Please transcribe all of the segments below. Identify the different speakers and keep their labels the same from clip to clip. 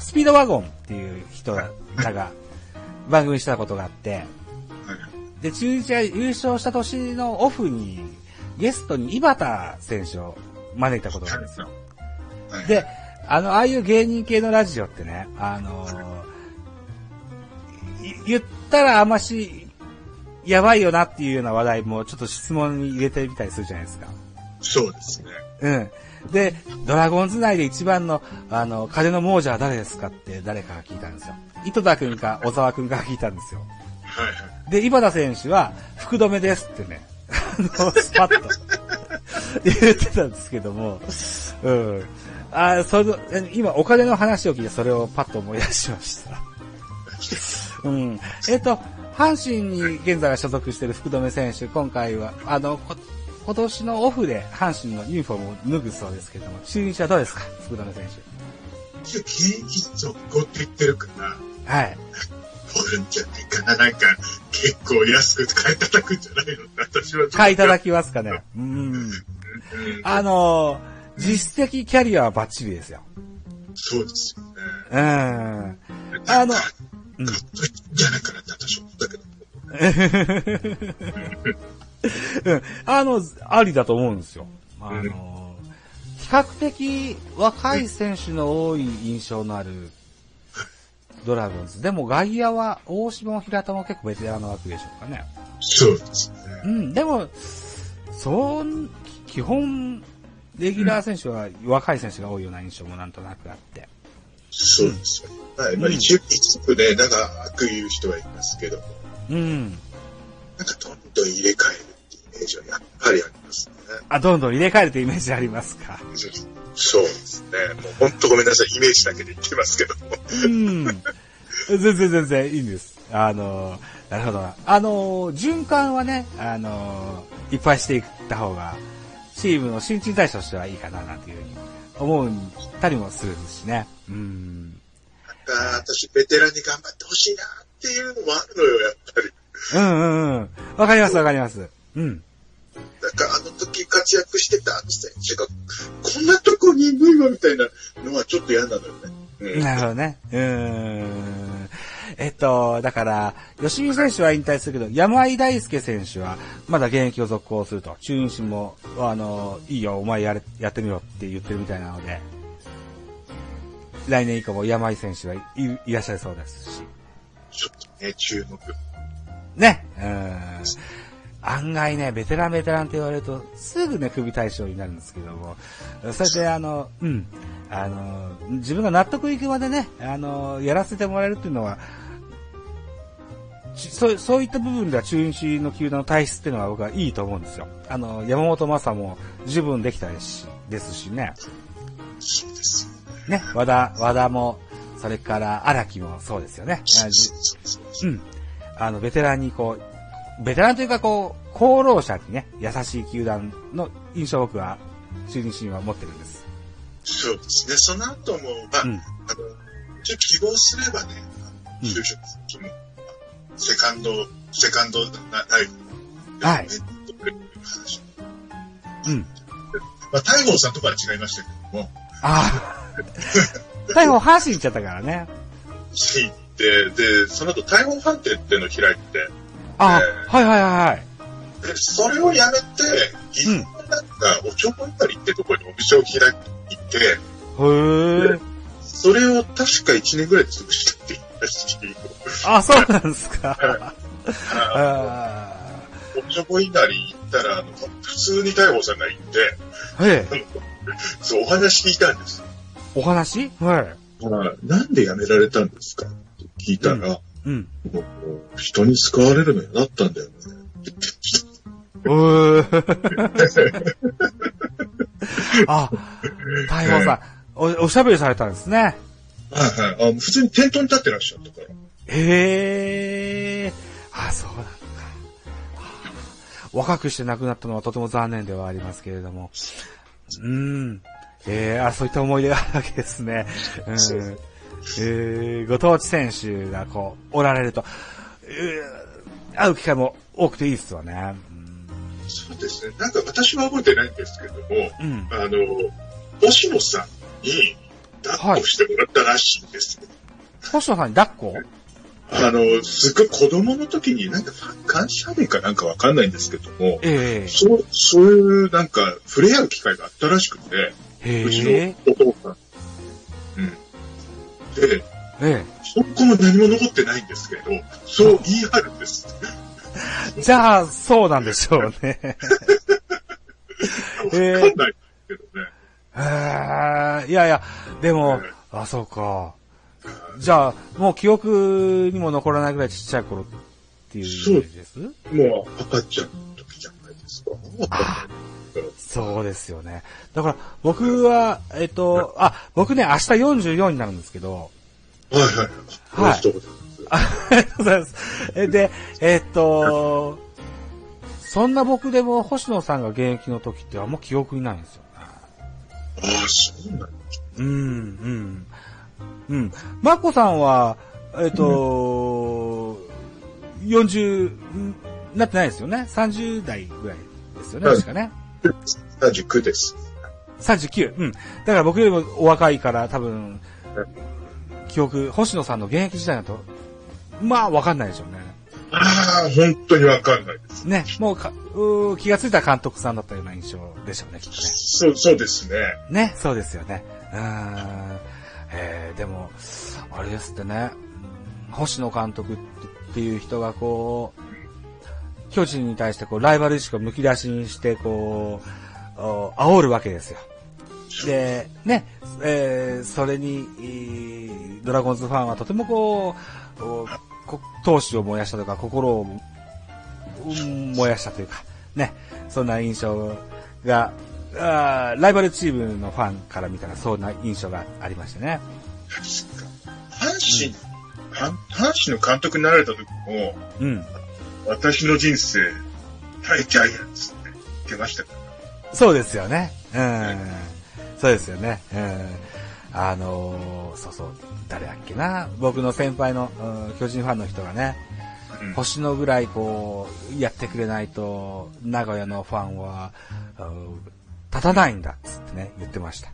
Speaker 1: スピードワゴンっていう人ら が番組したことがあって、で、中日が優勝した年のオフに、ゲストに井端選手を招いたことがあるんですよ。
Speaker 2: はい。
Speaker 1: で、あの、ああいう芸人系のラジオってね、あのーい言ったらあまし、やばいよなっていうような話題もちょっと質問に入れてみたりするじゃないですか。
Speaker 2: そうですね。
Speaker 1: うん。で、ドラゴンズ内で一番の、あの、風の亡者は誰ですかって誰かが聞いたんですよ。糸田くんか小沢くんかが聞いたんですよ。
Speaker 2: はいはい。
Speaker 1: で、井端選手は、福留ですってね、 あの、スパッと 言ってたんですけども、うん。あーその、え今、お金の話を聞いて、それをパッと思い出しました。 うん。えっ、と、阪神に現在所属している福留選手、今回は、あの、こ今年のオフで阪神のユニフォームを脱ぐそうですけども、中日はどうですか福留選
Speaker 2: ちょっとちょっとって言ってるから、
Speaker 1: 手。はい。
Speaker 2: 取るんじゃないかな。なんか、結構安く買い叩くんじゃないの私は。
Speaker 1: 買いいただ
Speaker 2: く。
Speaker 1: きますかね。うん。
Speaker 2: うん
Speaker 1: あのー実績キャリアはバッチリですよ。
Speaker 2: そうですよね。
Speaker 1: うん。あの、うん
Speaker 2: 買っといたんじゃないかなって私は思ったけど。
Speaker 1: うんあの、ありだと思うんですよ。あの、比較的若い選手の多い印象のあるドラゴンズ。でも外野は大島も平田も結構ベテランの枠でしょうかね。
Speaker 2: そうですね。
Speaker 1: うん、でも、そん、基本、レギュラー選手は若い選手が多いような印象もなんとなくあって。
Speaker 2: そうですよ。はい。まあ
Speaker 1: うん
Speaker 2: 一応、一部ね、なんか悪言う人はいますけども、
Speaker 1: うん。
Speaker 2: なんかどんどん入れ替えるっていうイメージはやっぱりありますね。
Speaker 1: あ、どんどん入れ替えるというイメージありますか。
Speaker 2: そうですね。もう本当ごめんなさい。イメージだけで言ってますけども。
Speaker 1: うん。全然全然いいんです。あの、なるほどな。あの、循環はね、あの、いっぱいしていった方が、チームの新陳代謝としてはいいかな、なんていうふうに思ったりもするしね。うん。
Speaker 2: あー私、ベテランに頑張ってほしいなっていうのもあるのよ、やっぱり。
Speaker 1: うんうんうん。わかりますわかります。うん。
Speaker 2: なんか、あの時活躍してた選手が、こんなとこにいるよみたいなのはちょっと嫌なのよね。うん。
Speaker 1: なるほどね。うーん。えっと、だから、吉見選手は引退するけど、山井大輔選手は、まだ現役を続行すると。中日も、あの、いいよ、お前やれ、やってみろって言ってるみたいなので、来年以降も山井選手はい、いらっしゃるそうですし。
Speaker 2: ちょっとね、注目。
Speaker 1: ね。うーん。案外ね、ベテランベテランって言われると、すぐね、首対象になるんですけども、それであの、うん、あの、自分が納得いくまでね、あの、やらせてもらえるっていうのは、ちそう、そういった部分では中日の球団の体質っていうのは僕はいいと思うんですよ。あの、山本昌も十分できたし、ですしね。
Speaker 2: そうです。
Speaker 1: ね、和田、和田も、それから荒木もそうですよね。あじうん。あの、ベテランにこう、ベテランというかこう、功労者にね、優しい球団の印象を僕は、中日には持ってるんです。
Speaker 2: そうですね。その後も、まあ、
Speaker 1: うん
Speaker 2: あの、ちょっと希望すればね、
Speaker 1: うん
Speaker 2: 就職先も、セカンド、セカンドなライフ。
Speaker 1: はい
Speaker 2: 話
Speaker 1: うん。
Speaker 2: まあ、大門さんとかは違いましたけども、
Speaker 1: ああ。大砲、阪神行っちゃったからね。
Speaker 2: し行って、で、その後、大門判定っていうのを開いて、
Speaker 1: あ
Speaker 2: え
Speaker 1: あ、はいはいはいはい。
Speaker 2: で、それをやめて、
Speaker 1: う
Speaker 2: 銀
Speaker 1: ん
Speaker 2: 行なんか、おちょこいなりってところにお店を開いて、
Speaker 1: へえ。
Speaker 2: それを確か1年ぐらい潰したって言いましたし、
Speaker 1: あ、そうなんですか。あ
Speaker 2: おちょこいなり行ったら、あの、普通に大悟さんが行って、
Speaker 1: あ。ええ、
Speaker 2: そう、お話聞いたんです。
Speaker 1: お話はい。
Speaker 2: なんで辞められたんですかって聞いたら、
Speaker 1: うん。
Speaker 2: もう人に使われるの嫌だったんだよね。
Speaker 1: うー。あ、大砲さん、お、おしゃべりされたんですね。
Speaker 2: はいはい。あ普通に店頭に立ってらっしゃったから。
Speaker 1: へえ。あ、そうなのか。若くして亡くなったのはとても残念ではありますけれども。うん。えー、あ、そういった思い出があるわけですね。うん。え
Speaker 2: そうそう
Speaker 1: ー、ご当地選手がこう、おられると、うー会う機会も多くていいですよね。
Speaker 2: そうですね。なんか私は覚えてないんですけども、
Speaker 1: うん。うん。
Speaker 2: あの、星野さんに、抱っこしてもらったらしいんですよ。
Speaker 1: 星野さんに抱っこ
Speaker 2: あの、すごい子供の時になんかファン感謝デーかなんかわかんないんですけども、
Speaker 1: え
Speaker 2: そう、そういうなんか触れ合う機会があったらしくて、
Speaker 1: えへ
Speaker 2: うち
Speaker 1: え
Speaker 2: のお父さん。うん。で、
Speaker 1: え
Speaker 2: そこも何も残ってないんですけど、そう言い張るんです。
Speaker 1: え。じゃあ、そうなんでしょうね。
Speaker 2: わかん
Speaker 1: え
Speaker 2: ないんだけどね。
Speaker 1: へえ、いやいや、でも
Speaker 2: え、
Speaker 1: あ、そうか。じゃあ、もう記憶にも残らないぐらいちっちゃい頃っていうイメージです
Speaker 2: もう赤ちゃんの時じゃないですか。
Speaker 1: あそうですよね。だから、僕は、えっと、あ、僕ね、明日44になるんですけど、
Speaker 2: はいはい。
Speaker 1: はい
Speaker 2: そうです
Speaker 1: あありがとうございます。えで、えっと、そんな僕でも星野さんが現役の時ってあんま記憶にないんですよね。
Speaker 2: ああ、そうなんだ。
Speaker 1: うん、うん。うん。マコさんは、えっ、と、40ん、なってないですよね。30代ぐらいですよね、
Speaker 2: はい
Speaker 1: 確かね。
Speaker 2: 39です。
Speaker 1: 39。うん。だから僕よりもお若いから、多分、記憶、星野さんの現役時代だと、まあ、わかんないでしょうね。
Speaker 2: ああ、本当にわかんないです。
Speaker 1: ね、もうか、うー気がついたら監督さんだったような印象でしょうね、きっとね。
Speaker 2: そう、そうですね。
Speaker 1: ね、そうですよね。うーん。えー、でも、あれですってね、うん星野監督っていう人がこう、巨人に対してこう、ライバル意識をむき出しにして、こう、お煽るわけですよ。で、ね、えー、それに、えードラゴンズファンはとてもこう、おこ闘志を燃やしたとか、心をうん燃やしたというか、ね、そんな印象が、あーライバルチームのファンから見たらそんな印象がありましたね。
Speaker 2: 確か。阪神、は阪神の監督になられた時も、
Speaker 1: うん。
Speaker 2: 私の人生、対ジャイアンツって言ってましたから。
Speaker 1: そうですよね。うん。そうですよね。うん。あのーそうそう、誰だっけな。僕の先輩の、うん巨人ファンの人がね、
Speaker 2: うん
Speaker 1: 星野ぐらいこう、やってくれないと、名古屋のファンは、うん立たないんだっつってね、言ってました。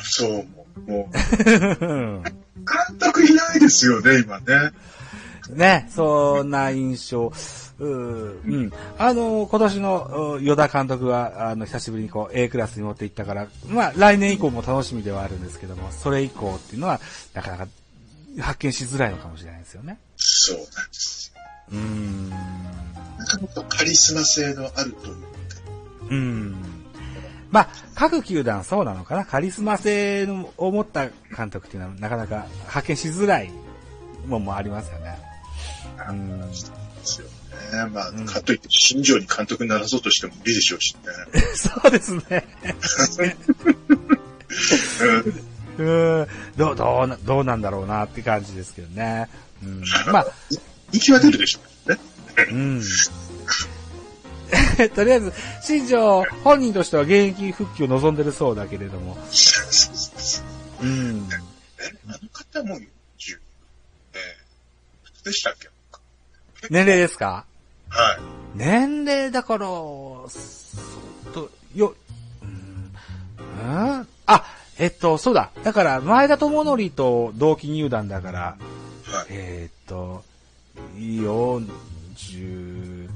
Speaker 2: そう、もう、もう、
Speaker 1: うん
Speaker 2: 監督いないですよね、今ね。
Speaker 1: ね、そんな印象。うーうん。あの、今年の、う与田監督は、あの、久しぶりにこう、A クラスに持っていったから、まあ、来年以降も楽しみではあるんですけども、それ以降っていうのは、なかなか、発見しづらいのかもしれないですよね。
Speaker 2: そうなんです
Speaker 1: う
Speaker 2: よ。
Speaker 1: ーん。
Speaker 2: なんかもっとカリスマ性のあるというか
Speaker 1: うーん。まあ、各球団そうなのかな。カリスマ性のを持った監督っていうのは、なかなか発見しづらいもんもありますよね。うーん。
Speaker 2: ですよね。まあ、
Speaker 1: うん
Speaker 2: かといって、新庄に監督にならそうとしてもいいでしょう しね。
Speaker 1: そうですね。
Speaker 2: うん
Speaker 1: うーんどう、どうな、どうなんだろうなって感じですけどね。うん、まあ、
Speaker 2: 人気は出るでしょうね。
Speaker 1: うん。 とりあえず、新庄本人としては現役復帰を望んでるそうだけれども。うん。
Speaker 2: あの方も40。えー、でしたっけ
Speaker 1: 年齢ですか
Speaker 2: はい。
Speaker 1: 年齢だから、そっと、よ、うん、うんあ、えっと、そうだ。だから、前田智則と同期入団だから、
Speaker 2: はい。
Speaker 1: えーっと、40、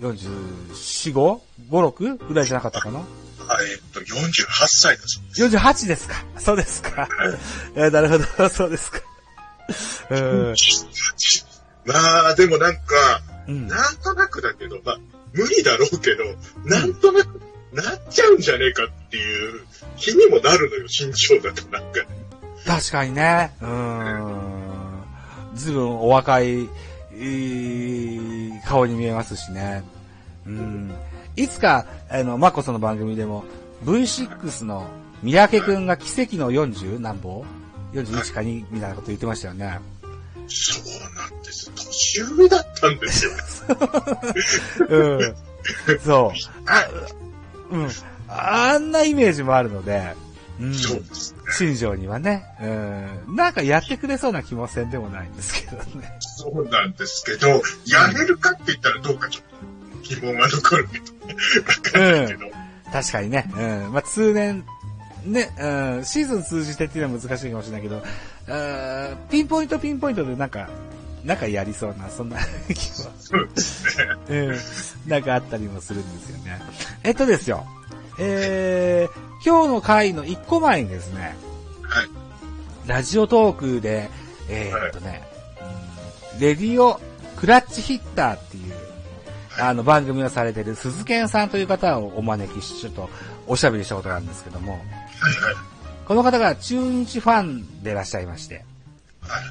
Speaker 1: 44、5、6ぐらいじゃなかったかな
Speaker 2: あえーっと、48歳だそうです。
Speaker 1: ?48 ですかそうですか。えーなるほど、そうですか。うん。
Speaker 2: まあ、でもなんか、
Speaker 1: うん。
Speaker 2: なんとなくだけど、まあ、無理だろうけど、なんとなく、なっちゃうんじゃねえかっていう気にもなるのよ、身長だとなんかね。
Speaker 1: 確かにね。うん。ずいぶんお若い、えー顔に見えますしね。うん。いつか、あの、マコさんの番組でも、V6 の三宅くんが奇跡の 40? 何本 ?41 か2みたいなこと言ってましたよね。
Speaker 2: そうなんです。年上だったんですよ。
Speaker 1: うん。そ
Speaker 2: はい。
Speaker 1: う。うん。あんなイメージもあるので、うん。
Speaker 2: そうですね。
Speaker 1: 新庄にはね、うん。なんかやってくれそうな気もせんでもないんですけどね。
Speaker 2: そうなんですけど、やれるかって言ったらどうかちょっと疑問が残るけどね。わかんないけど。
Speaker 1: 確かにね。うん。まあ、通年、ね、うん、シーズン通じてっていうのは難しいかもしれないけど、うんピンポイントピンポイントでなんか、なんかやりそうな、そんな 気は、
Speaker 2: そうですね。
Speaker 1: うん、なんかあったりもするんですよね。えっとですよ、えー、今日の回の1個前にですね、
Speaker 2: はい。
Speaker 1: ラジオトークで、えーっとね、うんレディオクラッチヒッターっていう、あの番組をされてる鈴賢さんという方をお招きして、ちょっとおしゃべりしたことがあるんですけども、
Speaker 2: はいはい。
Speaker 1: この方が中日ファンでいらっしゃいまして、
Speaker 2: はい。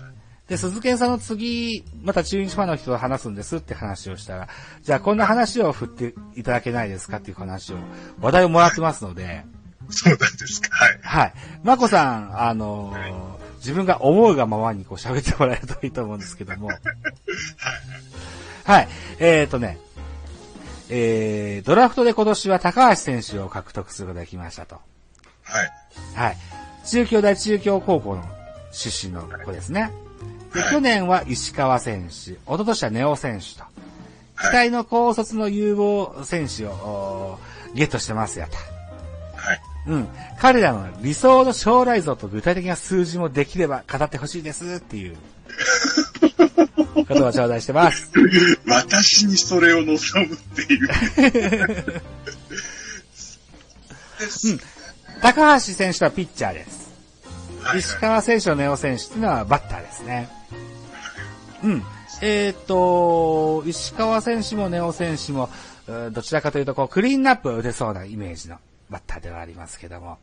Speaker 1: で、鈴賢さんの次、また中日ファンの人と話すんですって話をしたら、じゃあこんな話を振っていただけないですかっていう話を、話題をもらってますので、
Speaker 2: そうなんですか。はい。
Speaker 1: はい。まこさん、あのー自分が思うがままにこう喋ってもらえるといいと思うんですけども。はい。えっ、ー、とね、えー、ドラフトで今年は高橋選手を獲得することができましたと。
Speaker 2: はい。
Speaker 1: はい。中京大中京高校の出身の子ですね。で、去年は石川選手、一昨年は根尾選手と。期待の高卒の有望選手をおーゲットしてますよと。
Speaker 2: はい。
Speaker 1: うん。彼らの理想の将来像と具体的な数字もできれば語ってほしいですっていう言葉を頂戴してます。
Speaker 2: 私にそれを望むっていう。
Speaker 1: 高橋選手はピッチャーです。
Speaker 2: はいはい
Speaker 1: 石川選手のネオ選手っていうのはバッターですね。うん。えっ、と、石川選手もネオ選手も、うんどちらかというとこう、クリーンナップを打てそうなイメージのバッターではありますけども。